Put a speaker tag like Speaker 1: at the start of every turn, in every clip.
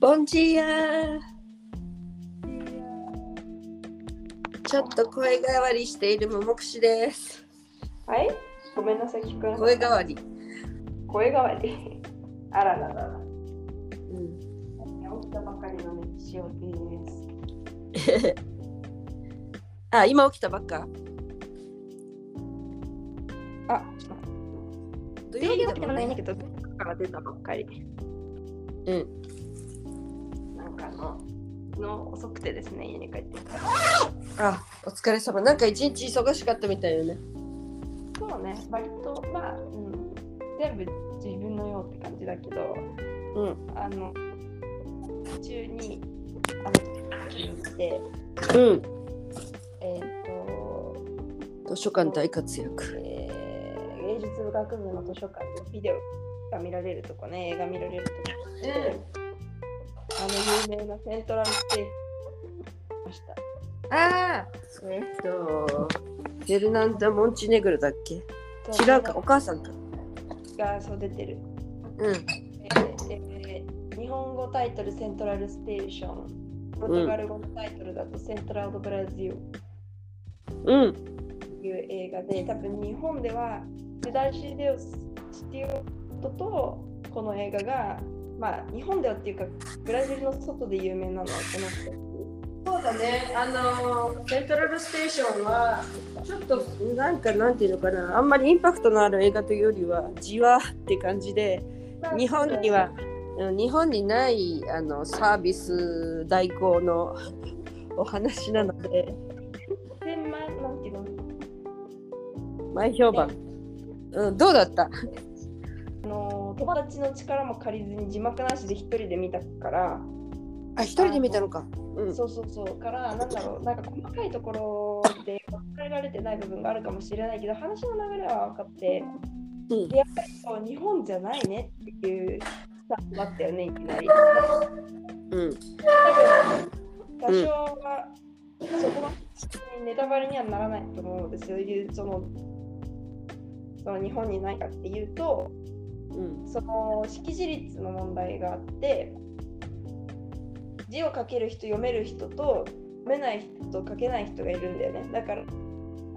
Speaker 1: ボンジーヤちょっと声変わりしているももくしです。
Speaker 2: はいごめんなさい、聞こえなか
Speaker 1: 声変
Speaker 2: っ
Speaker 1: わり。
Speaker 2: た声変わり。あらららら。
Speaker 1: うん、
Speaker 2: 起きたばかりのね、しおりです。
Speaker 1: あ、今起きたばっか。
Speaker 2: あ、
Speaker 1: 土
Speaker 2: 土曜
Speaker 1: 曜日だ
Speaker 2: 日だけ
Speaker 1: も
Speaker 2: なんいん
Speaker 1: ね。
Speaker 2: だけど、ベッドから出たばっかり。
Speaker 1: うん。
Speaker 2: なんかあの、の遅くてですね、家に帰ってきた。
Speaker 1: あ、お疲れ様。なんか一日忙しかったみたいよね。
Speaker 2: そうね、割と、まあ、うん、全部自分のようって感じだけど、
Speaker 1: うん。
Speaker 2: あの、途中に、あの、聞いて、
Speaker 1: うん。
Speaker 2: えっ、と、
Speaker 1: 図書館大活躍。
Speaker 2: えー芸術部学部の図書館でビデオが見られるとこね、映画見られるとこ、あの有名なセントラルステージました。
Speaker 1: ああ。えっと、フェルナンダ・モンチネグロだっけ違うか、お母さんか。
Speaker 2: がそう出てる、
Speaker 1: うん。
Speaker 2: えーえー日本語タイトルセントラルステーション。ポルトガル語のタイトルだとセントラルドブラジル
Speaker 1: うん。
Speaker 2: という映画で、多分日本ではユダシデオス・スティオットとこの映画が、まあ日本ではっていうかブラジルの外で有名なのはこの人。
Speaker 1: そうだね、あのセントラルステーションはちょっとなんかなんていうのかなあんまりインパクトのある映画というよりはじわって感じで日本にはうん日本にないあのサービス代行のお話なので
Speaker 2: で、ま、なんていうの
Speaker 1: 前評判、うん、どうだった
Speaker 2: あの友達の力も借りずに字幕なしで一人で見たから、
Speaker 1: あ一
Speaker 2: 人で見たの
Speaker 1: か、うん、
Speaker 2: そうそうそうからなんだろうなんか細かいところで伝えられてない部分があるかもしれないけど話の流れは分かって、
Speaker 1: うん
Speaker 2: でやっぱりこう日本じゃないねっていうさあったよねいきなり
Speaker 1: うん、
Speaker 2: 多少はそこはネタバレにはならないと思うんですよいうそのその日本にないかっていうと
Speaker 1: うん、
Speaker 2: その識字率の問題があって字を書ける人読める人と読めない人と書けない人がいるんだよねだから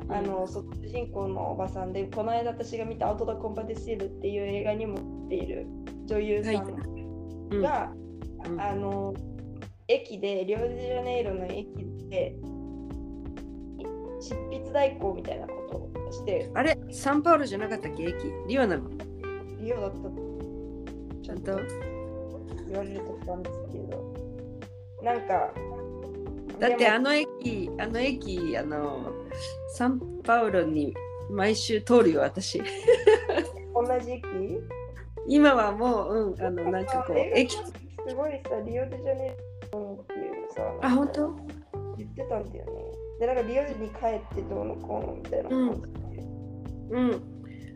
Speaker 2: あの卒主人公のおばさんでこの間私が見た「アウトドア・コンパティシール」っていう映画にも出ている女優さん
Speaker 1: うん
Speaker 2: が、
Speaker 1: うん
Speaker 2: あの駅でリオデジャネイロの駅で執筆代行みたいなことをして
Speaker 1: あれサンパウロじゃなかったっけ駅リオなの
Speaker 2: リオだった
Speaker 1: ちゃんと
Speaker 2: 言われるとったんですけどなんか
Speaker 1: だって
Speaker 2: でも
Speaker 1: あの駅あの駅あのサンパウロに毎週通るよ私
Speaker 2: 同じ駅
Speaker 1: 今はもううんあのなんかこう
Speaker 2: あ映画
Speaker 1: 駅
Speaker 2: すごいさリオデジャネイロっていうさ
Speaker 1: あ本当
Speaker 2: 言ってたんだよねでなんかリオに帰ってどうのこうのみたいな、
Speaker 1: うんうん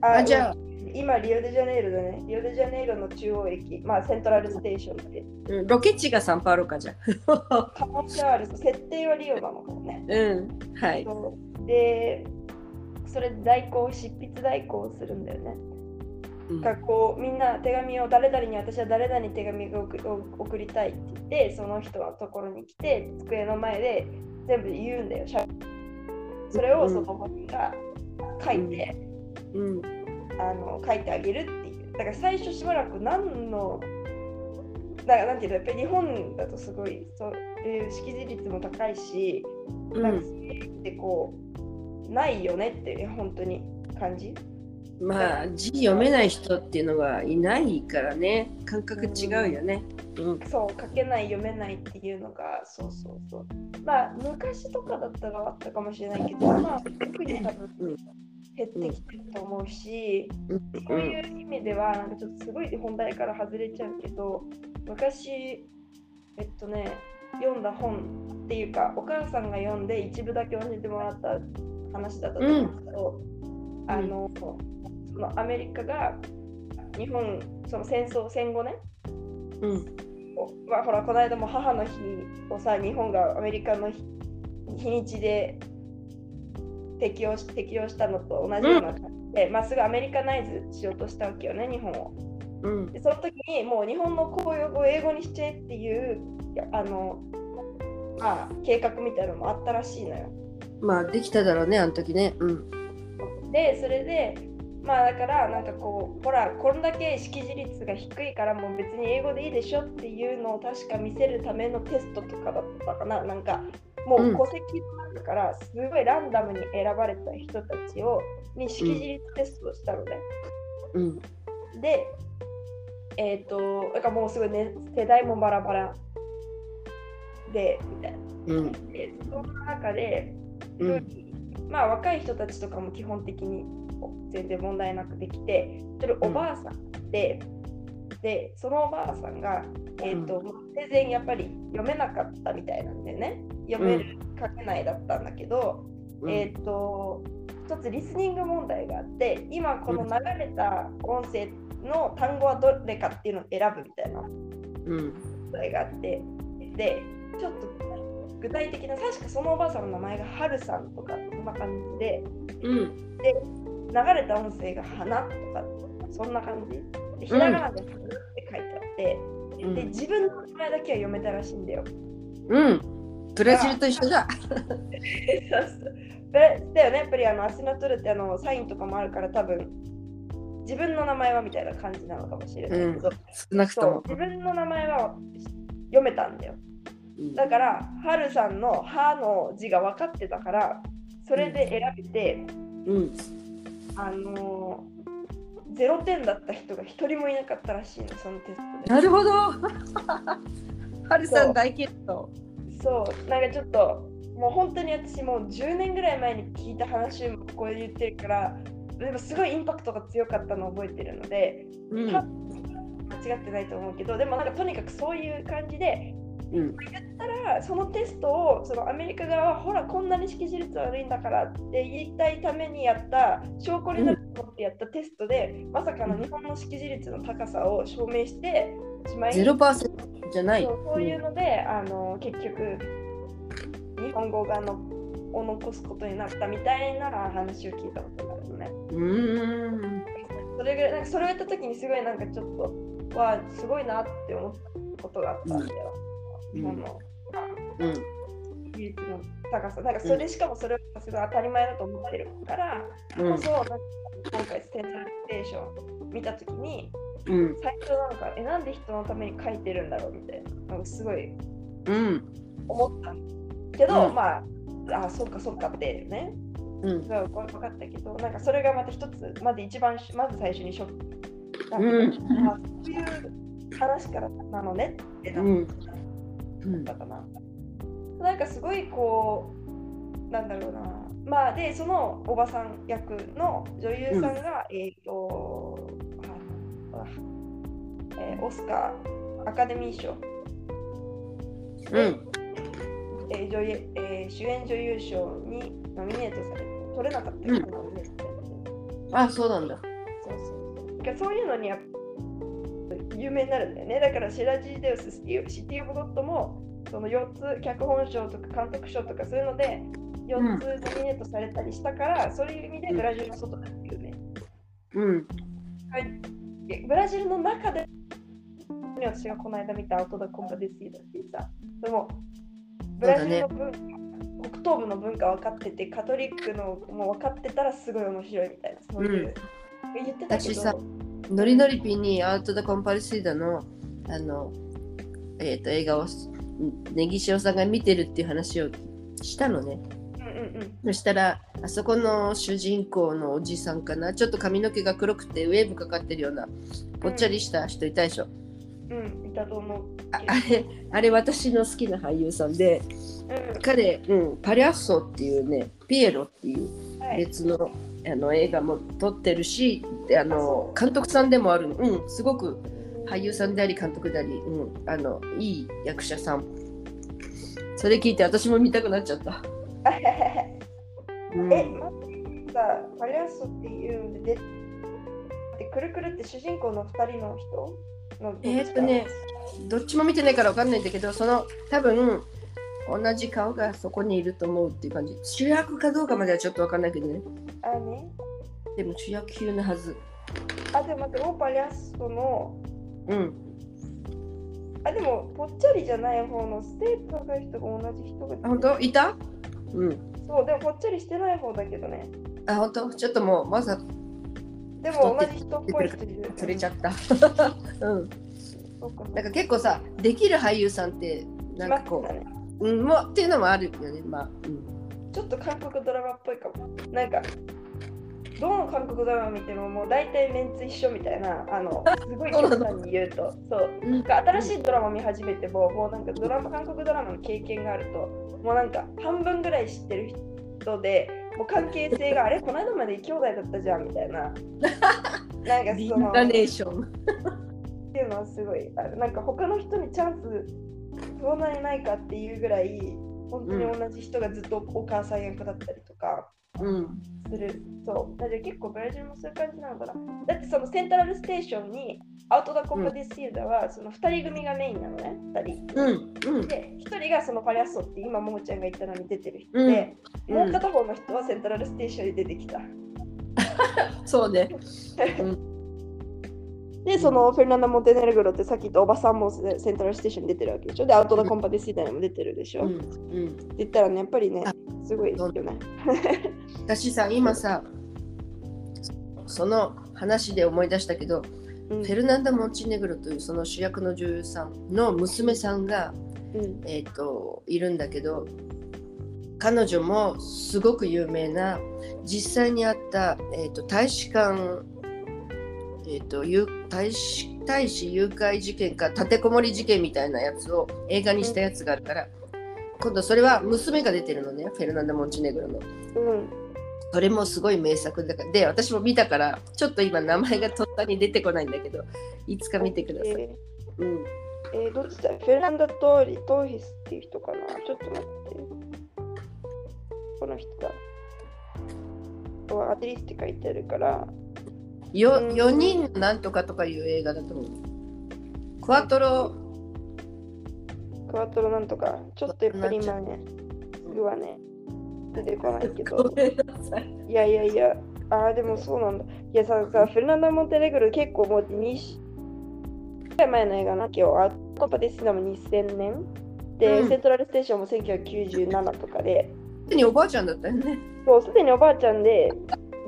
Speaker 2: あ
Speaker 1: あじゃあ
Speaker 2: あ、今リオデジャネイロだねリオデジャネイロの中央駅まあセントラルステーションって
Speaker 1: うん、ロケ地がサンパウロかじ ゃん
Speaker 2: 可能性はある設定はリオなのかもね
Speaker 1: うんはい
Speaker 2: そうでそれで代行執筆代行をするんだよね
Speaker 1: うん
Speaker 2: 学校みんな手紙を誰々に私は誰々に手紙を送を送りたいって言ってその人のところに来て机の前で全部言うんだよしゃそれをその本人が書いて、
Speaker 1: うん
Speaker 2: あの書いてあげるっていうだから最初しばらく何のだからなんていうのやっぱり日本だとすごいそういう識字率も高いし、
Speaker 1: う
Speaker 2: なんか
Speaker 1: ん
Speaker 2: そういうのってこうないよねって本当に感じ
Speaker 1: まあ字読めない人っていうのがいないからね感覚違うよねうん
Speaker 2: そう書けない読めないっていうのがそうそうそうまあ昔とかだったらあったかもしれないけどまあ特に多
Speaker 1: うん
Speaker 2: 分減ってきてると思うし、
Speaker 1: う
Speaker 2: そうい
Speaker 1: ん
Speaker 2: う意味ではなんかちょっとすごい本題から外れちゃうけど昔えっとね読んだ本っていうかお母さんが読んで一部だけ教えてもらった話だったと思うんですけど、あのそのアメリカが日本その戦争戦後ね
Speaker 1: うん
Speaker 2: おまあ、ほらこの間も母の日をさ日本がアメリカの日日にちで適用し適用したのと同じような感じで、まあ、すぐアメリカナイズしようとしたわけよね日本を。
Speaker 1: うん
Speaker 2: でその時にもう日本の公用語を英語にしてっていういやあの、まあ、計画みたいなのもあったらしいのよ。
Speaker 1: まあできただろうねあの時ねうん
Speaker 2: でそれでまあだからなんかこうほらこんだけ識字率が低いからもう別に英語でいいでしょっていうのを確か見せるためのテストとかだったかななんかも
Speaker 1: うん
Speaker 2: う戸籍の中からすごいランダムに選ばれた人たちをに識字率テストをしたのね。
Speaker 1: うん
Speaker 2: でえっ、となんかもうすごいね世代もバラバラでみたいな。
Speaker 1: うん
Speaker 2: でその中で
Speaker 1: うん
Speaker 2: まあ若い人たちとかも基本的に全然問題なくできてそれおばあさんで、でそのおばあさんが、えーとまあ生前やっぱり読めなかったみたいなんでね読める、書けないだったんだけど、
Speaker 1: うん
Speaker 2: えっ、と一つリスニング問題があって今この流れた音声の単語はどれかっていうのを選ぶみたいな
Speaker 1: うん
Speaker 2: 問題があってでちょっと具体的な確かそのおばあさんの名前がはるさんとかそんな感じで
Speaker 1: うん
Speaker 2: 流れた音声が花とかそんな感じでひらがなで花って書いてあって、
Speaker 1: うん
Speaker 2: で自分の名前だけは読めたらしいんだよ。
Speaker 1: うんブラジルと一緒だ
Speaker 2: そうそうでだよねやっぱりあのアスナトルってあのサインとかもあるから多分自分の名前はみたいな感じなのかもしれないけど、
Speaker 1: 少なくと
Speaker 2: そう
Speaker 1: も
Speaker 2: 自分の名前は読めたんだよ。
Speaker 1: うん
Speaker 2: だから、はるさんの「は」の字が分かってたから、それで選べて、
Speaker 1: うん
Speaker 2: あのー、0点だった人が一人もいなかったらしいの、そのテスト
Speaker 1: なるほど はるさん大健闘
Speaker 2: で。そう、なんかちょっと、もう本当に私、もう10年ぐらい前に聞いた話をここで言ってるから、でもすごいインパクトが強かったのを覚えてるので、
Speaker 1: う
Speaker 2: 多
Speaker 1: ん
Speaker 2: 分間違ってないと思うけど、でもなんかとにかくそういう感じで、
Speaker 1: うん
Speaker 2: からそのテストをそのアメリカ側はほらこんなに識字率悪いんだからって言いたいためにやった証拠になると思ってやったテストで、まさかの日本の識字率の高さを証明してしまい
Speaker 1: ゼロパーセントじゃない
Speaker 2: そうそういうので、あの結局日本語がのを残すことになったみたいな話を聞いたことがあるのね。
Speaker 1: うんうん
Speaker 2: それぐらいなんかそれをやった時にすごいなんかちょっとわあすごいなって思ったことがあったんだよ。
Speaker 1: うん
Speaker 2: 日本の
Speaker 1: うん
Speaker 2: 技術の高さ、なんかそれしかもそれはすごい当たり前だと思ってるから、
Speaker 1: うん
Speaker 2: こそなんか今回ステンダーテーション見たときに、
Speaker 1: うん
Speaker 2: 最初なんか、え、なんで人のために書いてるんだろうみたいな、なんかすごい
Speaker 1: うん
Speaker 2: 思ったけど、
Speaker 1: うん
Speaker 2: まあ、あそうかそうかってね、
Speaker 1: うん
Speaker 2: すごい分かったけど、なんかそれがまた一つ、まず一番、まず最初にショック。なんか
Speaker 1: うん
Speaker 2: あそういう話からなのねってなっ
Speaker 1: うんうん
Speaker 2: だったかな。なんかすごいこうなんだろうな。まあでそのおばさん役の女優さんが、えっ、とああえーオスカーアカデミー賞、
Speaker 1: うん
Speaker 2: えー女優えー主演女優賞にノミネートされて取れなかったけど、
Speaker 1: うん
Speaker 2: ノミネートされて
Speaker 1: あそうなんだ
Speaker 2: そうそうだからそういうのにやっぱ有名になるんだよね。だからシェラジー・デウス、シティ・シティオブ・ゴッドもその4つ脚本賞とか監督賞とかそういうので4つノミネートされたりしたから、そういう意味でブラジルの外だっていうね。
Speaker 1: うん
Speaker 2: でブラジルの中で私がこの間見たアウトドアコンパディシーだっていうさ、でもブラジルの文化、北東部の文化分かってて、カトリックのも分かってたらすごい面白いみたいな、そういう。言ってたけ
Speaker 1: 私
Speaker 2: ど
Speaker 1: さノリノリピにアウトドコンパルシーダのあの、えー、と映画をネギ塩さんが見てるっていう話をしたのね
Speaker 2: うんうんう
Speaker 1: そ
Speaker 2: ん。
Speaker 1: したらあそこの主人公のおじさんかなちょっと髪の毛が黒くてウェーブかかってるようなぽっちゃりした人いたでしょ、
Speaker 2: うん、いたと思う。
Speaker 1: ああれあれ私の好きな俳優さんで彼、うん、パリアッソっていうねピエロっていう
Speaker 2: うん、はい。
Speaker 1: 別のあの映画も撮ってるしであの監督さんでもあるの、うん、すごく俳優さんであり監督であり、うん、あのいい役者さんそれ聞いて私も見たくなっちゃった、うん
Speaker 2: え、待ってさ、パリアスソっていうんで、で、でくるくるって主人公の二人の人の
Speaker 1: えーっとね、どっちも見てないからわかんないんだけどその多分同じ顔がそこにいると思うっていう感じ主役かどうかまではちょっとわかんないけどね
Speaker 2: あね、
Speaker 1: でも主役級なはず
Speaker 2: あ、でも待って、オーパリャストの、
Speaker 1: うん。
Speaker 2: あ、でも、ぽっちゃりじゃない方のステープ高い人が同じ人が。
Speaker 1: あ、本当いたうん。
Speaker 2: そう、でもぽっちゃりしてない方だけどね。
Speaker 1: あ、本当ちょっともう、まずは
Speaker 2: でも同じ人っぽい人いる。
Speaker 1: 釣れちゃ
Speaker 2: っ
Speaker 1: った。 うん。
Speaker 2: そうか。
Speaker 1: なんか結構さ、できる俳優さんって、なんかこ
Speaker 2: 決まってたね
Speaker 1: う、うん、もうっていうのもあるよね。まあ、うん。
Speaker 2: ちょっと韓国ドラマっぽいかも。なんか、どの韓国ドラマ見ても、もう大体メンツ一緒みたいな、あの、すごい
Speaker 1: そうな
Speaker 2: 皆
Speaker 1: の
Speaker 2: さんに言うと、そう。
Speaker 1: うん
Speaker 2: なんか新しいドラマ見始めても、もうなんかドラマ、韓国ドラマの経験があると、もうなんか半分ぐらい知ってる人で、もう関係性があれ、この間まで兄弟だったじゃんみた いな。なんか
Speaker 1: リ
Speaker 2: そ
Speaker 1: ン
Speaker 2: の、
Speaker 1: ダネー
Speaker 2: っ
Speaker 1: ション。
Speaker 2: ていうのはすごいある、なんか他の人にチャンス、そんなにないかっていうぐらい、本当に同じ人がずっとお母さん役だったりとか。
Speaker 1: うん。
Speaker 2: する。そう。だから結構ブラジルもそういう感じなのかな。だってそのセントラルステーションにアウトダコップディスシールダはその2人組がメインなのね、2人。
Speaker 1: うん。うん。
Speaker 2: で、1人がそのパリアッソって今、ももちゃんが言ったのに出てる人で、
Speaker 1: うん
Speaker 2: もう片方の人はセントラルステーションに出てきた。
Speaker 1: そうね。
Speaker 2: で、そのフェルナンダ・モンテネルグロってさっき言ったおばさんもセントラルステーションに出てるわけでしょ。で、アウトダコンパディスシーダにも出てるでしょ。
Speaker 1: う
Speaker 2: っ
Speaker 1: ん。う
Speaker 2: て
Speaker 1: ん。
Speaker 2: 言ったらね、やっぱりね
Speaker 1: あ、
Speaker 2: すごいよね。
Speaker 1: 私さ今さその話で思い出したけど、
Speaker 2: うん
Speaker 1: フェルナンダ・モンチネグロというその主役の女優さんの娘さんが、
Speaker 2: うん
Speaker 1: えー、といるんだけど彼女もすごく有名な実際にあった、えー、と大使館、えー、とゆ大使大使誘拐事件か立てこもり事件みたいなやつを映画にしたやつがあるから、今度それは娘が出てるのねフェルナンダ・モンチネグロの。
Speaker 2: うん。
Speaker 1: それもすごい名作だからで私も見たからちょっと今名前がとっさに出てこないんだけどいつか見てください、
Speaker 2: えー
Speaker 1: うん、
Speaker 2: えー、どっちだフェルナンダトーリ・トーヒスっていう人かなちょっと待って。この人だ。ここはアテリスって書いてあるから。
Speaker 1: よ
Speaker 2: うん
Speaker 1: 4人のなんとかとかいう映画だと思うクワトロ
Speaker 2: クワトロなんとか。ちょっとやっぱり今ね、すぐはね、出てこないけ
Speaker 1: ご
Speaker 2: ど。
Speaker 1: めんなさい
Speaker 2: いやいやいや、ああ、でもそうなんだ。いやさ、さフェルナンダ・モンテレグル結構もう2しぐらい前の映画な、今日。アトパディスナも2000年。で、
Speaker 1: うん
Speaker 2: セントラルステーションも1997とかで。
Speaker 1: 特におばあちゃんだったよね
Speaker 2: そう、すでにおばあちゃんで、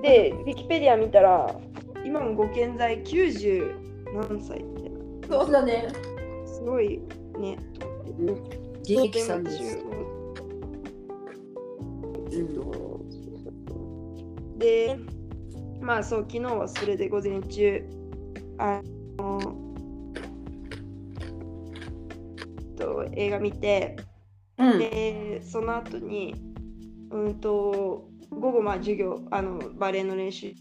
Speaker 2: で、ウィキペディア見たら、今もご健在90何歳って、
Speaker 1: そうだね
Speaker 2: すごいね。
Speaker 1: 現役さんです、うん
Speaker 2: で、まあそう、昨日はそれで午前中、あの、と映画見て、
Speaker 1: うん、
Speaker 2: でその後にうんと午後まあ授業あのバレエの練習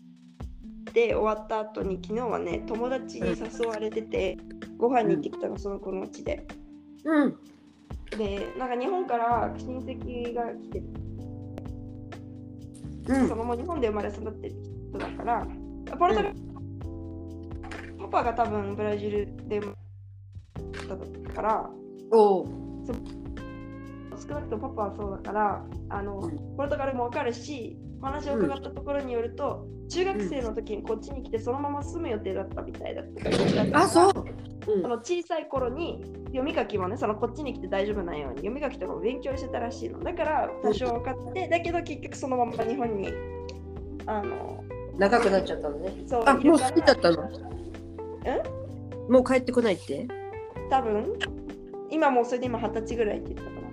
Speaker 2: で終わった後に昨日はね友達に誘われててご飯に行ってきたのその子のうちで
Speaker 1: うん、
Speaker 2: でなんか日本から親戚が来てて
Speaker 1: うん
Speaker 2: そのもう日本で生まれ育ってる人だからポルトガルパパが多分ブラジルで生まれたから
Speaker 1: おう
Speaker 2: 少なくともパパはそうだからあの、
Speaker 1: うん
Speaker 2: ポルトガルもわかるしお話を伺ったところによると、中学生の時にこっちに来てそのまま住む予定だったみたいだったから
Speaker 1: あそう、
Speaker 2: その小さい頃に読み書きもねそのこっちに来て大丈夫なように読み書きとかも勉強してたらしいのだから多少分かってだけど結局そのまま日本にあの
Speaker 1: うん、長くなっちゃったのね
Speaker 2: そう
Speaker 1: あ
Speaker 2: いる
Speaker 1: もう
Speaker 2: か
Speaker 1: 過ぎちゃ
Speaker 2: ら
Speaker 1: ったのもう帰ってこないって
Speaker 2: 多分今もうそれで今二十歳ぐらいって言ったかな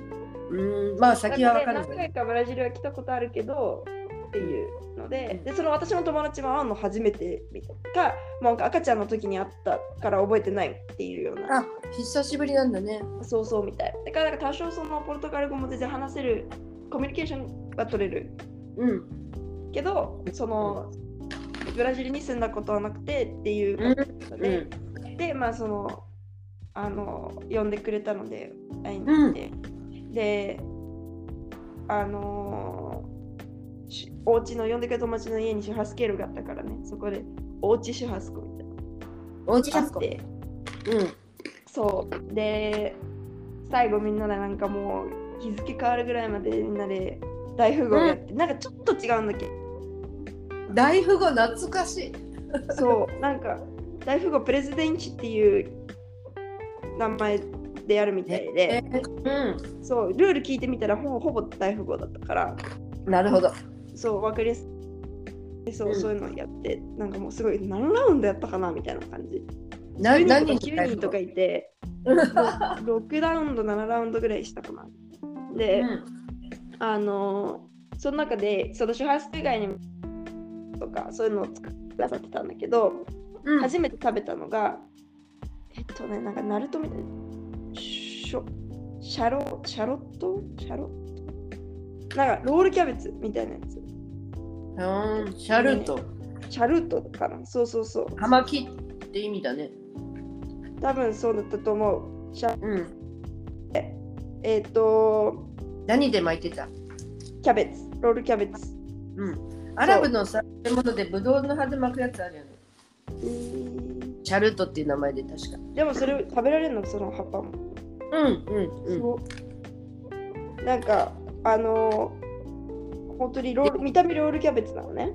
Speaker 1: うんまあ先は分かんない
Speaker 2: で何回かブラジルは来たことあるけどっていうのででその私の友達も会うの初めてみたいかもう赤ちゃんの時に会ったから覚えてないっていうような
Speaker 1: あ久しぶりなんだね
Speaker 2: そうそうみたいだからなんか多少そのポルトガル語も全然話せるコミュニケーションは取れる
Speaker 1: うん
Speaker 2: けどそのブラジルに住んだことはなくてっていう
Speaker 1: うん
Speaker 2: こと
Speaker 1: う
Speaker 2: で、
Speaker 1: ん
Speaker 2: でまあそのあの呼んでくれたので会いに行って、であのしお家の呼んでくれた友達の家に周波スケールがあったからねそこでおうち周波スコみたいな
Speaker 1: おうち
Speaker 2: あ
Speaker 1: だっ
Speaker 2: って
Speaker 1: うん
Speaker 2: そうで最後みんなでなんかもう日付変わるぐらいまでみんなで大富豪やって、なんかちょっと違うんだけど
Speaker 1: 大富豪懐かしい。
Speaker 2: そうなんか大富豪プレジデンチっていう名前であるみたいで、
Speaker 1: う
Speaker 2: そうルール聞いてみたらほほぼ大富豪だったから
Speaker 1: ん。なるほど。
Speaker 2: そう分かりやすいそううんそういうのやってなんかもうすごい何ラウンドやったかなみたいな感じ
Speaker 1: な
Speaker 2: 10
Speaker 1: 何
Speaker 2: 人と
Speaker 1: 人
Speaker 2: か9人とかいて
Speaker 1: うん
Speaker 2: 6ラウンド7ラウンドぐらいしたかなで、あのーその中でその周波数以外にもとかそういうのを作ってくださってたんだけど、
Speaker 1: うん。
Speaker 2: 初めて食べたのがえっとねなんかナルトみたいなショシャロシャロットシャロットなんかロールキャベツみたいなやつ
Speaker 1: うんシャルト。
Speaker 2: シャルットかなそうそうそう
Speaker 1: 葉巻って意味だね。
Speaker 2: 多分そうだったと思うシャ
Speaker 1: うん。
Speaker 2: えっ、と
Speaker 1: 何で巻いてた
Speaker 2: キャベツロールキャベツ
Speaker 1: うん。アラブのさ、食べ物でブドウの葉で巻くやつあるよね。シャルトっていう名前で確か。
Speaker 2: でもそれ食べられるのその葉っぱも
Speaker 1: うんうん
Speaker 2: そうなんかあのー本当にロール見た目ロールキャベツなのね。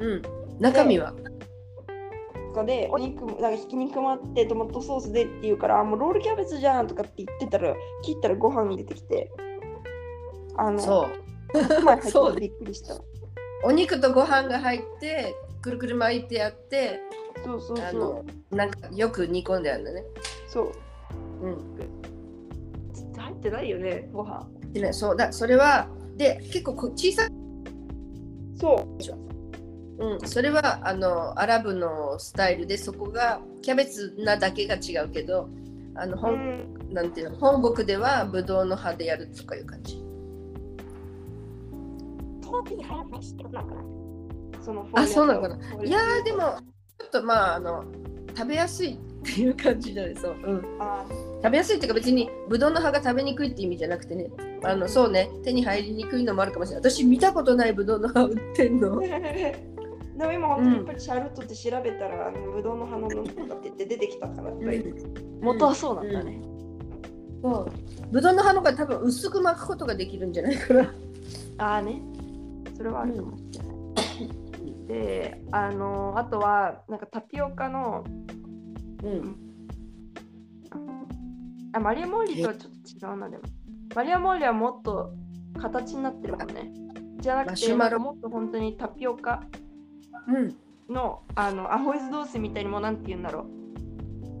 Speaker 1: うん。うん。中身は
Speaker 2: とかでお肉もなんかひき肉もあってトマトソースでっていうからあもうロールキャベツじゃんとかって言ってたら切ったらご飯に出てきてあの
Speaker 1: そう。
Speaker 2: 白米入って
Speaker 1: そう
Speaker 2: て
Speaker 1: で
Speaker 2: びっくりした
Speaker 1: お肉とご飯が入ってくるくる巻いてやって
Speaker 2: そうそう
Speaker 1: あ
Speaker 2: そ
Speaker 1: のなんかよく煮込んであるんだね。
Speaker 2: うそう
Speaker 1: うん
Speaker 2: 入ってないよねご飯
Speaker 1: でね。そうだそれはで結構こ小さい、
Speaker 2: そう
Speaker 1: うん、それはあのアラブのスタイルでそこがキャベツなだけが違うけどあの
Speaker 2: う
Speaker 1: 本,、
Speaker 2: ん
Speaker 1: なんていうの本国ではブドウの葉でやるとかいう感じ。
Speaker 2: トーピー入らないしてなくないその
Speaker 1: あそうなのかないいやーでもちょっとまああの食べやすいっていう感じじゃないそう。うん
Speaker 2: あ
Speaker 1: 食べやすいっていうか別にブドウの葉が食べにくいって意味じゃなくてねあのそうね手に入りにくいのもあるかもしれない私見たことないブドウの葉売ってんの
Speaker 2: ー でも今本当にやっぱりシャルトって調べたら、あのぶどうの葉の部分だって出てきたからやっぱり、元はそうなんだね、
Speaker 1: そうブドウの葉の方が多分薄く巻くことができるんじゃないかな
Speaker 2: ああね。それはあるかもしれない。で、あのあとは、なんかタピオカの、
Speaker 1: うん
Speaker 2: あ、マリアモーリーとはちょっと違うな、でも。マリアモーリーはもっと形になってるもんね。じゃな
Speaker 1: マ
Speaker 2: く
Speaker 1: シ
Speaker 2: て、
Speaker 1: ュ
Speaker 2: な
Speaker 1: マ
Speaker 2: んか
Speaker 1: ロ
Speaker 2: もっと本当にタピオカ
Speaker 1: うん
Speaker 2: の、あの、アホイズドースみたいにもうなんて言うんだろう。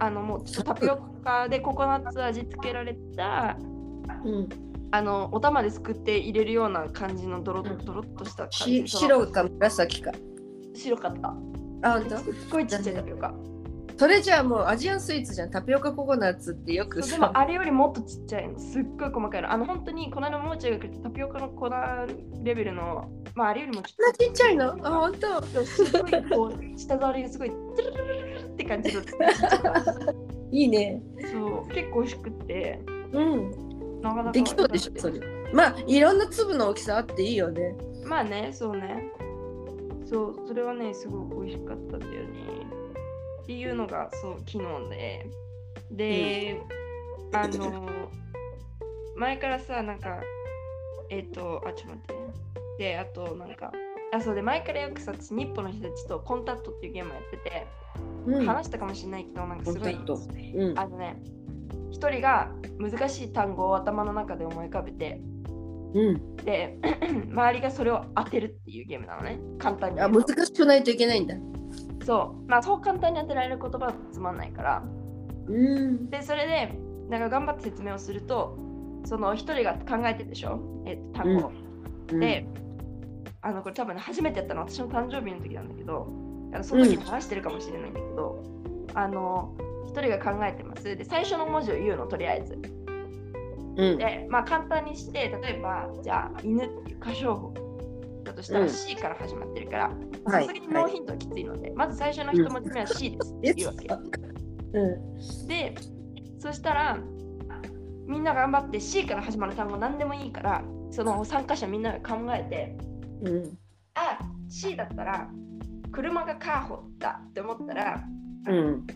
Speaker 2: あの、もうタピオカでココナッツ味付けられた、
Speaker 1: うん
Speaker 2: あの、お玉ですくって入れるような感じのドロッドロッとした感
Speaker 1: し
Speaker 2: じ。その
Speaker 1: 白か紫か
Speaker 2: 白かった。
Speaker 1: あんた
Speaker 2: すっごいちっちゃいタピオカ。
Speaker 1: それじゃあもうアジアンスイーツじゃんタピオカココナッツってよく
Speaker 2: そうで
Speaker 1: さ
Speaker 2: もあれよりもっとちっちゃいのすっごい細かいのあの本当にこの間ももちゃんがくれたタピオカの粉レベルのまああれよりもち
Speaker 1: こん
Speaker 2: ょ
Speaker 1: な
Speaker 2: っと
Speaker 1: ちっちゃいのあ本当
Speaker 2: でもすごいこう舌触りがすごいトゥルルルルルルって感じのちっちゃいから
Speaker 1: いいね
Speaker 2: そう結構美味しくって
Speaker 1: うん
Speaker 2: なかなか
Speaker 1: できそうでしょそれまあいろんな粒の大きさあっていいよね
Speaker 2: まあねそうねそうそれはねすごく美味しかったんだよねっていうのがそう昨日でで、あの前からさなんかえっ、とあちょっと待ってであとなんかあそうで前からよくさ私日本の人たちとコンタクトっていうゲームやってて、
Speaker 1: うん
Speaker 2: 話したかもしれないけどなんかすごい
Speaker 1: コンタクトうん
Speaker 2: あのね一人が難しい単語を頭の中で思い浮かべて
Speaker 1: うん、
Speaker 2: で 周りがそれを当てるっていうゲームなのね簡単に
Speaker 1: あ
Speaker 2: 言う
Speaker 1: 難
Speaker 2: と
Speaker 1: しくないといけないんだ。
Speaker 2: そうまあそう簡単に当てられる言葉はつまんないから
Speaker 1: うん。
Speaker 2: でそれでなんか頑張って説明をするとその一人が考えてるでしょ、えっと単語を、で、あのこれ多分ね初めてやったの私の誕生日の時なんだけどあのその時に話してるかもしれないんだけど、あの一人が考えてますで最初の文字を言うのとりあえず
Speaker 1: うん、
Speaker 2: で、まあ、簡単にして例えばじゃあ犬っていう歌唱法だとしたら
Speaker 1: うん
Speaker 2: C から始まってるから
Speaker 1: は
Speaker 2: さ
Speaker 1: い
Speaker 2: すがにノーヒントはきついので、まず最初の一文字目は C ですっていうわけ。
Speaker 1: うん。
Speaker 2: でそしたらみんな頑張って C から始まる単語何でもいいからその参加者みんなが考えて
Speaker 1: うん。
Speaker 2: あ C だったら車がカーホだって思ったら、
Speaker 1: うん。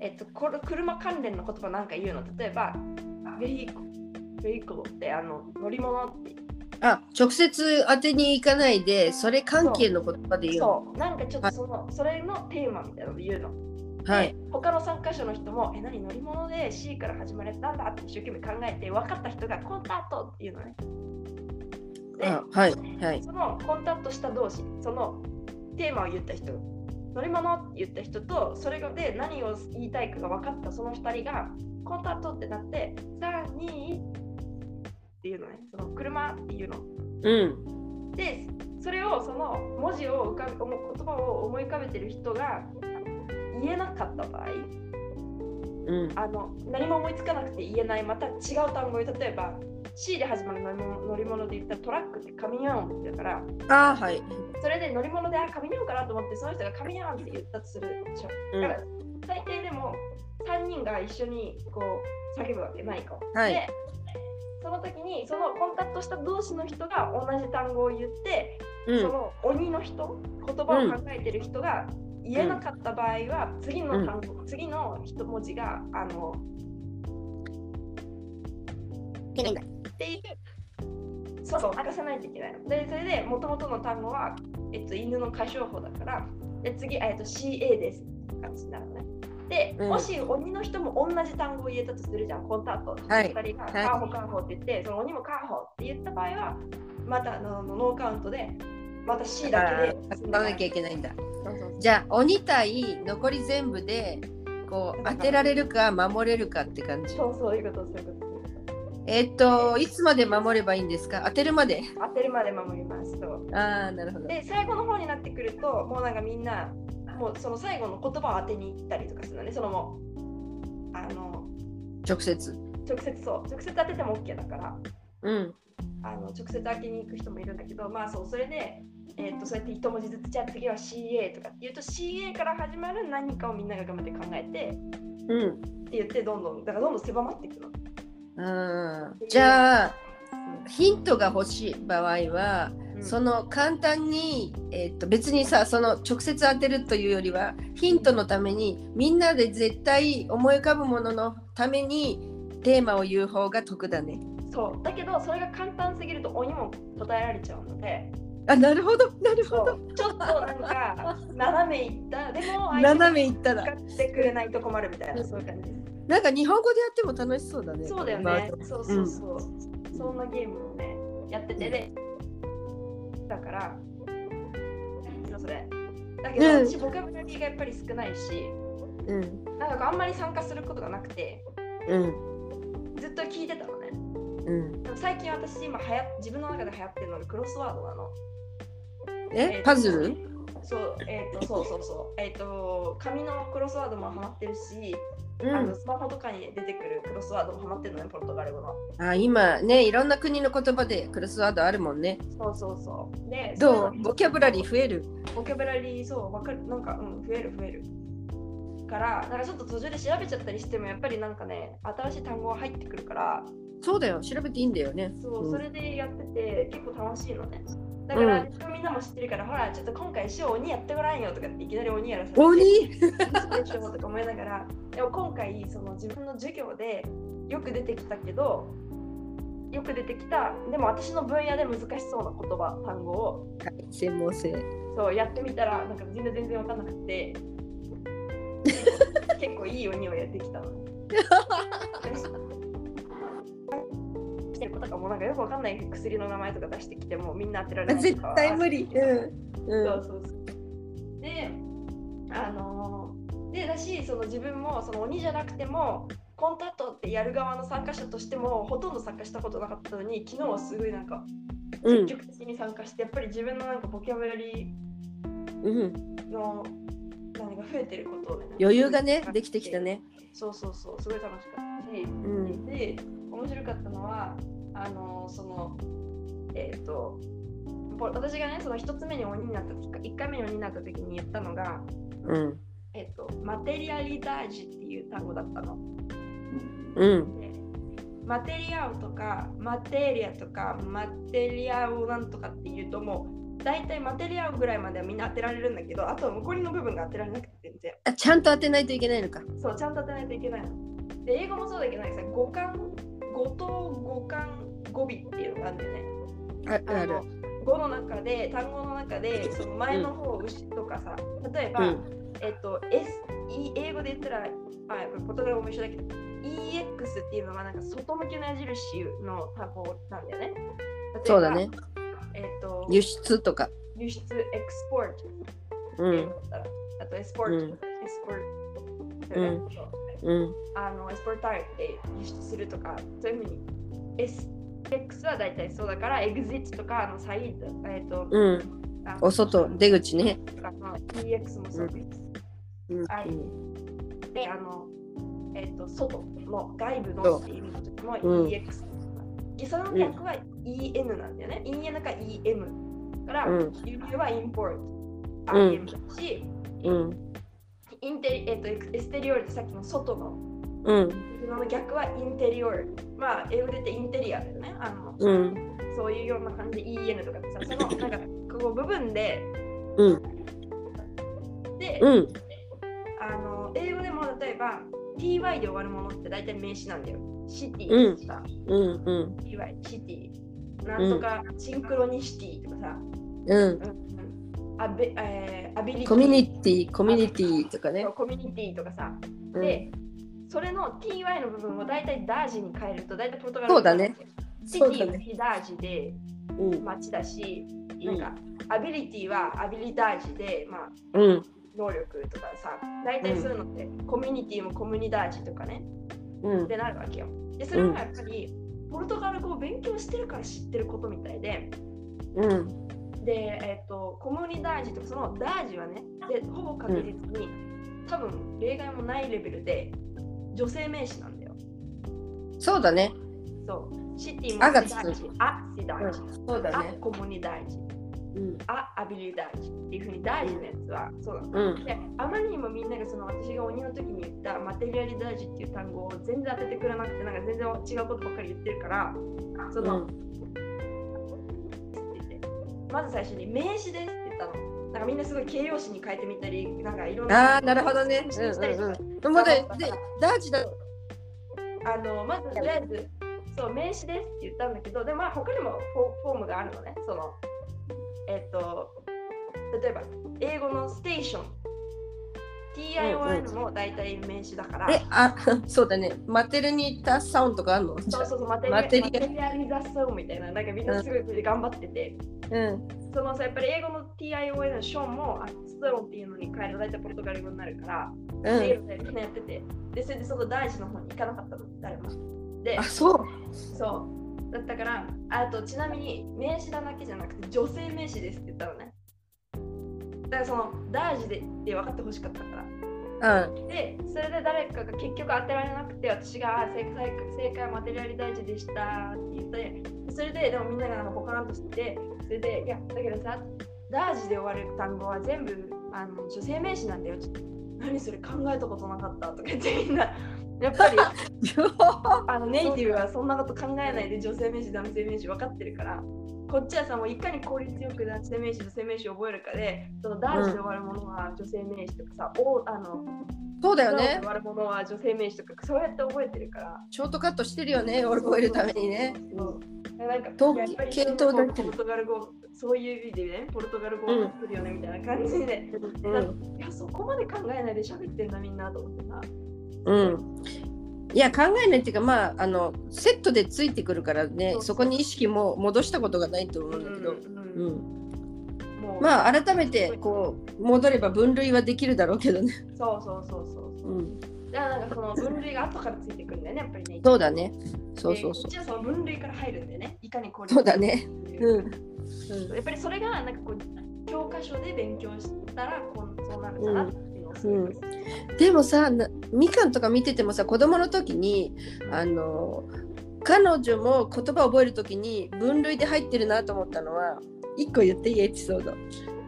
Speaker 2: えっと、これ車関連の言葉なんか言うの例えば「ベイコ」ベイコってあの乗り物って
Speaker 1: あ直接当てに行かないでそれ関係の言葉で言う
Speaker 2: そうなんかちょっとそのそれのテーマみたいなの言うの。
Speaker 1: のはい
Speaker 2: で他の参加者の人も「え何乗り物で C から始まるやつなんだ?」って一生懸命考えて分かった人が「コンタクト」っていうのね。で
Speaker 1: あはいはい
Speaker 2: そのコンタクトした同士そのテーマを言った人乗り物って言った人とそれで何を言いたいかが分かったその2人がコンタクトってなって32っていうのねその車っていうの
Speaker 1: うん
Speaker 2: でそれをその文字を浮かべ言葉を思い浮かべてる人が言えなかった場合
Speaker 1: うん
Speaker 2: あの何も思いつかなくて言えないまた違う単語で例えば C で始まる乗り物乗り物で言ったらトラックって紙やんだから
Speaker 1: あはい
Speaker 2: それで乗り物であ紙にゃうかなと思ってその人が紙にゃんって言ったとするでしょ
Speaker 1: うん
Speaker 2: だから最低でも3人が一緒にこう叫ぶわけないか
Speaker 1: はい
Speaker 2: でその時にそのコンタクトした同士の人が同じ単語を言って、
Speaker 1: う
Speaker 2: そ
Speaker 1: ん
Speaker 2: の鬼の人言葉を考えてる人が言えなかった場合は、次の単語、次の一文字があのっていうそうそう明かさないといけないのでそれでもともとの単語は、えっと、犬の歌唱法だからで次、えっと、CA ですって感じになるのねで、
Speaker 1: うん
Speaker 2: もし鬼の人も同じ単語を言えたとするじゃんコンタクト
Speaker 1: はい
Speaker 2: 2人が「カ
Speaker 1: はい
Speaker 2: ーホカーホ」って言ってその鬼も「カーホ」って言った場合はまたあのノーカウントでまた C だけで
Speaker 1: あ使わなきゃいけないんだ
Speaker 2: そうそう
Speaker 1: じゃあ鬼対残り全部でこう当てられるか守れるかって感じ
Speaker 2: そうそういうことそういうことそういうこと
Speaker 1: えっといつまで守ればいいんですか当てるまで
Speaker 2: 当てるまで守りますそう
Speaker 1: ああなるほど
Speaker 2: で最後の方になってくるともうなんかみんなもうその最後の言葉を当てに行ったりとかするのねそのもうあの
Speaker 1: 直接
Speaker 2: 直接そう直接当てても OK だから
Speaker 1: うん
Speaker 2: あの直接当てに行く人もいるんだけどまあそうそれで、えー、とそうやって一文字ずつじゃあ次は CA とかって言うと CA から始まる何かをみんなが頑張って考えて
Speaker 1: うん
Speaker 2: って言ってどんどんだからどんどん狭まっていくの。
Speaker 1: あーじゃあヒントが欲しい場合は、
Speaker 2: うん
Speaker 1: その簡単に、えっと別にさその直接当てるというよりはヒントのためにみんなで絶対思い浮かぶもののためにテーマを言う方が得だね。
Speaker 2: そうだけどそれが簡単すぎると鬼も答えられちゃうので。
Speaker 1: あなるほどなる
Speaker 2: そ
Speaker 1: ほど
Speaker 2: うちょっとなんか斜めいったでも相手が
Speaker 1: 斜めいったら
Speaker 2: 使ってくれないと困るみたいなそういう感じ
Speaker 1: なんか日本語でやっても楽しそうだね。
Speaker 2: そうだよ
Speaker 1: まあ
Speaker 2: ねそうそうそう、そんなゲームをねやっててでだからなんていうのそれだけど、
Speaker 1: うん
Speaker 2: 私ボキャブラリーがやっぱり少ないし
Speaker 1: うん
Speaker 2: なんかあんまり参加することがなくて
Speaker 1: うん
Speaker 2: ずっと聞いてたのね
Speaker 1: うん。
Speaker 2: でも最近私今はや自分の中で流行ってるのがクロスワードなの
Speaker 1: えパズル？
Speaker 2: そうえっ、とそうそうそうえっ、と紙のクロスワードもハマってるし
Speaker 1: う
Speaker 2: あの。スマホとかに出てくるクロスワードもハマってるのね、ポルトガル語の。
Speaker 1: あ今ねいろんな国の言葉でクロスワードあるもんね。
Speaker 2: そうそうそう。で、
Speaker 1: ど
Speaker 2: そう
Speaker 1: ボキャブラリー増える？
Speaker 2: ボキャブラリー、そう、わかる、なんか、うん、増える増える。から、なんかちょっと途中で調べちゃったりしても、やっぱりなんかね、新しい単語が入ってくるから、
Speaker 1: そうだよ調べていいんだよね。
Speaker 2: そう、
Speaker 1: うん
Speaker 2: それでやってて、結構楽しいのね。だから、
Speaker 1: う
Speaker 2: みんなも知ってるから、ほら、ちょっと今回、師匠鬼やってごらんよとかって、いきなり鬼やらされて、
Speaker 1: 鬼？
Speaker 2: そうでしょとか思いながら、でも今回、その自分の授業でよく出てきたけど、よく出てきた、でも私の分野で難しそうな言葉、単語を
Speaker 1: 専門性。
Speaker 2: そうやってみたら、なんか全然全然わかんなくて、 結構いい鬼をやってき たの。 してることかもなんかよくわかんない薬の名前とか出してきてもみんな当てられないと
Speaker 1: 絶
Speaker 2: か
Speaker 1: 対無理。うん。う
Speaker 2: そ
Speaker 1: ん
Speaker 2: うそうそう。で、あのーでだし、その自分もその鬼じゃなくても、コンタクトってやる側の参加者としても、ほとんど参加したことなかったのに、昨日はすごいなんか
Speaker 1: う
Speaker 2: 積
Speaker 1: ん
Speaker 2: 極的に参加して、やっぱり自分のなんかボキャブラリ
Speaker 1: うん。
Speaker 2: ーの何が増えてることをね、
Speaker 1: 余裕がねできてきた。ね。
Speaker 2: そうそうそう、すごい楽しかったし。
Speaker 1: うん。
Speaker 2: で面白かったのはあのそのえっ、とポ私がねその一つ目に鬼になった時か一回目に鬼になった時に言ったのが
Speaker 1: うん。
Speaker 2: えっ、とマテリアリタージっていう単語だったの。
Speaker 1: うん。
Speaker 2: でマテリアルとかマテリアとかマテリアをなんとかっていうともう大体マテリアルぐらいまではみんな当てられるんだけどあとは残りの部分が当てられなくて全然
Speaker 1: あちゃんと当てないといけないのか。
Speaker 2: そう、ちゃんと当てないといけないの。で、英語もそうだけど、なんかさ、五感、五等五感語尾っていうのがあるんだよね。
Speaker 1: あるあ
Speaker 2: あ
Speaker 1: る
Speaker 2: の。語の中で単語の中でその前の方を牛とかさ例えば、
Speaker 1: うん
Speaker 2: えっと、S、E 英語で言ったら、あ、これポトガル語も一緒だけど、EX っていうのはなんか外向けの矢印の単語なんだよね。例えば
Speaker 1: そうだね。。
Speaker 2: えっと、
Speaker 1: 輸出とか。
Speaker 2: 輸出、エクスポート。
Speaker 1: うん。
Speaker 2: あと、エスポート。
Speaker 1: うん
Speaker 2: エスポート。
Speaker 1: うん
Speaker 2: そう
Speaker 1: うん。
Speaker 2: あの、エスポーターって輸出するとか、そういうふうに。SX は大体そうだから、エグジットとか、あの、サイド、えっと、
Speaker 1: うん。
Speaker 2: あの
Speaker 1: お外、出口ね。
Speaker 2: とかの EX もそうです。
Speaker 1: うん。
Speaker 2: はい
Speaker 1: うん
Speaker 2: で、あの、えっ、と、外の外部のっていう意味の時も EX
Speaker 1: うん。
Speaker 2: で、その逆は EN なんだよね。EN か EM。だから、
Speaker 1: うん
Speaker 2: 輸入は
Speaker 1: う
Speaker 2: import、
Speaker 1: ん
Speaker 2: IM だし、
Speaker 1: うん。
Speaker 2: インテリえっ、と、エステリオールってさっきの外の、
Speaker 1: うん。
Speaker 2: その逆はインテリオール。まあ、英語で言ってインテリアだよね。あの、
Speaker 1: うん。
Speaker 2: そういうような感じで EN とかってさ、その、なんか、こう部分で、
Speaker 1: うん。
Speaker 2: で、
Speaker 1: うん。
Speaker 2: あの英語でも例えば ty で終わるものって大体名詞なんだよ。シテ
Speaker 1: うん
Speaker 2: ィとか、
Speaker 1: うん。うん。
Speaker 2: ty、シティ、なんとか、シンクロニシティとか
Speaker 1: う
Speaker 2: さ、
Speaker 1: ん。
Speaker 2: うんうん、アベえーアビリティ
Speaker 1: コミュニティ、コミュニティとかね
Speaker 2: そう。コミュニティとかさ、
Speaker 1: うん
Speaker 2: で、それの ty の部分を大体ダージに変えると大体ポルトガル語
Speaker 1: そうだね。
Speaker 2: シテ
Speaker 1: そうだ
Speaker 2: ィは
Speaker 1: ね。
Speaker 2: ヒダージで
Speaker 1: うん。
Speaker 2: 町だし、
Speaker 1: う
Speaker 2: なんんか、アビリティはアビリダージで、まあ、
Speaker 1: うん。
Speaker 2: 能力とかさ、大体そういうのって、コミュニティもコミュニダージとかね。
Speaker 1: うん
Speaker 2: っ。てなるわけよ。でそれもやっぱりポルトガル語を勉強してるから知ってることみたいで、
Speaker 1: うん。
Speaker 2: で、えっとコモニダージとかそのダージはね、でほぼ確実に、多分例外もないレベルで女性名詞なんだよ。
Speaker 1: そうだね。
Speaker 2: そう。シティも
Speaker 1: あが
Speaker 2: シ
Speaker 1: つく
Speaker 2: ダージ、アシダージ、
Speaker 1: そうだ
Speaker 2: ア。コモニダージ、
Speaker 1: うん。
Speaker 2: アアビリダージっていうふうにダージのやつはそうなの。
Speaker 1: うん。
Speaker 2: であまりにもみんながその私が鬼の時に言ったマテリアリダージっていう単語を全然当ててくれなくてなんか全然違うことばっかり言ってるからその、って言ってまず最初に名詞ですって言ったのなんかみんなすごい形容詞に変えてみたりなんかいろん
Speaker 1: あ
Speaker 2: な
Speaker 1: あ、なるほどね。うん
Speaker 2: したりとか
Speaker 1: うんうん。もうで、で、ダージだ。
Speaker 2: あのまずとりあえずそう名詞ですって言ったんだけどでもまあ他にもフォフォームがあるのねそのえっと例えば英語のステーション TION も大体名詞だから、
Speaker 1: え、あ、 そうだね。マテルニタサウンドがあるの。
Speaker 2: そうそうそう、マテリア
Speaker 1: マ
Speaker 2: マ
Speaker 1: テ
Speaker 2: テ
Speaker 1: リア
Speaker 2: リアリザソンみたいな、なんかみんなすごいこれ頑張ってて、
Speaker 1: うん。
Speaker 2: そのさ、やっぱり英語の TION のショーンも、あストロンっていうのに変えると大体ポルトガル語になるから、
Speaker 1: う。
Speaker 2: っていうんのでみんなやってて、で、それでその大事の方に行かなかったの、誰も。で
Speaker 1: あ、、そう。
Speaker 2: そう、だったから、あとちなみに名詞だけじゃなくて、女性名詞ですって言ったのね。だからその、大事でって分かってほしかったか
Speaker 1: う
Speaker 2: ら。
Speaker 1: ん。
Speaker 2: でそれで誰かが結局当てられなくて私があ正解正解はマテリアリ大事でしたって言ってそれででもみんながなんかポカンとしてそれでいやだけどさダージで終わる単語は全部あの女性名詞なんだよちょっと何それ考えたことなかったとか言ってみんなやっぱりあのネイティブはそんなこと考えないで女性名詞男性名詞分かってるからこっちはさもういかに効率よく男性名詞女性名詞覚えるかでそのダージで終わるものは女性名詞とかさ、おあの
Speaker 1: そうだよ
Speaker 2: そう
Speaker 1: ね
Speaker 2: 言。わるものは女性名詞とかそうやって覚えてるから。
Speaker 1: ショートカットしてるよね。俺覚えるためにね。
Speaker 2: そうなんか
Speaker 1: 統計
Speaker 2: やっぱり
Speaker 1: 系統だけ
Speaker 2: ポルトガル語、そういう意味でね、ポルトガル語を作るよねみたいな感じで、
Speaker 1: うん。
Speaker 2: いや、そこまで考えないで喋ってんだみんなと思ってさ。
Speaker 1: うん。いや考えないっていうかまああのセットでついてくるからね
Speaker 2: そうそう
Speaker 1: そこに意識も戻したことがないと思うんだけど、
Speaker 2: うん
Speaker 1: うん、
Speaker 2: もう、
Speaker 1: まあ改めてこう戻れば分類はできるだろうけどね。
Speaker 2: そうそうそうそう。
Speaker 1: うん、
Speaker 2: だからなんかその分類が後からついてくるんだよね、やっぱりね。
Speaker 1: そうだね。そうそうそ
Speaker 2: でこっちはその分類から入るんだよね、いかにこれ。
Speaker 1: そうだね。う。。
Speaker 2: うん
Speaker 1: うん
Speaker 2: やっぱりそれがなんかこう教科書で勉強したらこうそうなるかなっていうのをすごい思う
Speaker 1: でもさなみかんとか見ててもさ子供の時にあの彼女も言葉を覚える時に分類で入ってるなと思ったのは一個言っていいエピソード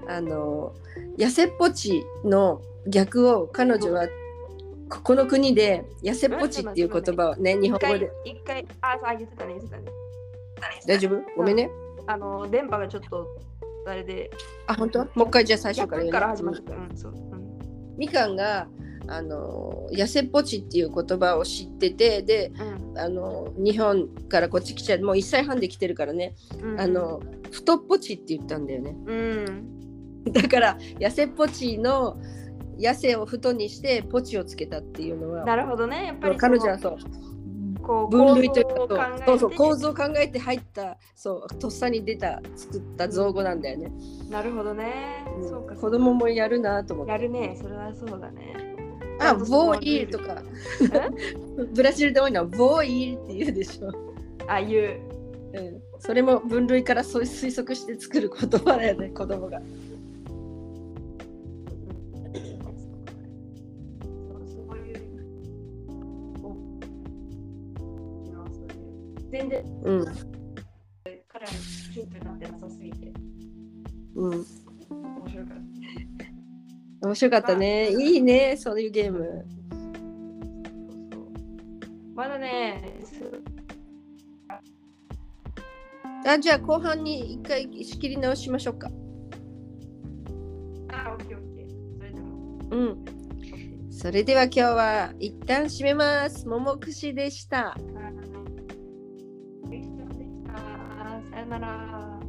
Speaker 1: あの痩せっぽちの逆を彼女はここの国で痩せっぽちっていう言葉をね日
Speaker 2: 一
Speaker 1: 本語
Speaker 2: 回
Speaker 1: で、
Speaker 2: 一回、あ、そうあ言ってたね、言ってたね。
Speaker 1: 大丈夫ごめんね
Speaker 2: あの、電波がちょっと、あれで、
Speaker 1: あ本当もう一回じゃあ最初から言
Speaker 2: 逆
Speaker 1: うね
Speaker 2: から始まった。うん、そう。うん
Speaker 1: みかんがあの痩せっぽちっていう言葉を知っててで
Speaker 2: うん
Speaker 1: あの日本からこっち来ちゃうもう1歳半で来てるからね、
Speaker 2: うん
Speaker 1: あの太っぽちって言ったんだよね
Speaker 2: うん
Speaker 1: だから痩せっぽちの痩せを太にしてポチをつけたっていうのは
Speaker 2: なるほどねやっぱりその
Speaker 1: 彼女はそう
Speaker 2: こう
Speaker 1: 分類という
Speaker 2: 構造を
Speaker 1: か
Speaker 2: 考えて
Speaker 1: そうそう構造を考えて入ったそうとっさに出た作った造語なんだよね、
Speaker 2: なるほどね、
Speaker 1: うん
Speaker 2: そうか
Speaker 1: 子供もやるなと思って
Speaker 2: やるねそれはそうだね
Speaker 1: あ
Speaker 2: あとその
Speaker 1: ボーイとか ブラジルで多いのはボーイって言うでしょ、
Speaker 2: あいう
Speaker 1: うん、それも分類からそう推測して作る言葉だよね 子供が
Speaker 2: そうそういうおいやそういう全然
Speaker 1: うん
Speaker 2: 彼らのヒントになってなさすぎて
Speaker 1: うん
Speaker 2: 面白かっ
Speaker 1: 面白かったね
Speaker 2: まあ
Speaker 1: いいねそういうゲーム
Speaker 2: たそうそうまだねす
Speaker 1: あじゃあ後半に一回仕切り直しましょうか
Speaker 2: あオッケーオッケーそれでも
Speaker 1: うんそれでは今日は一旦締めます桃串でした
Speaker 2: あーできたできたさよなら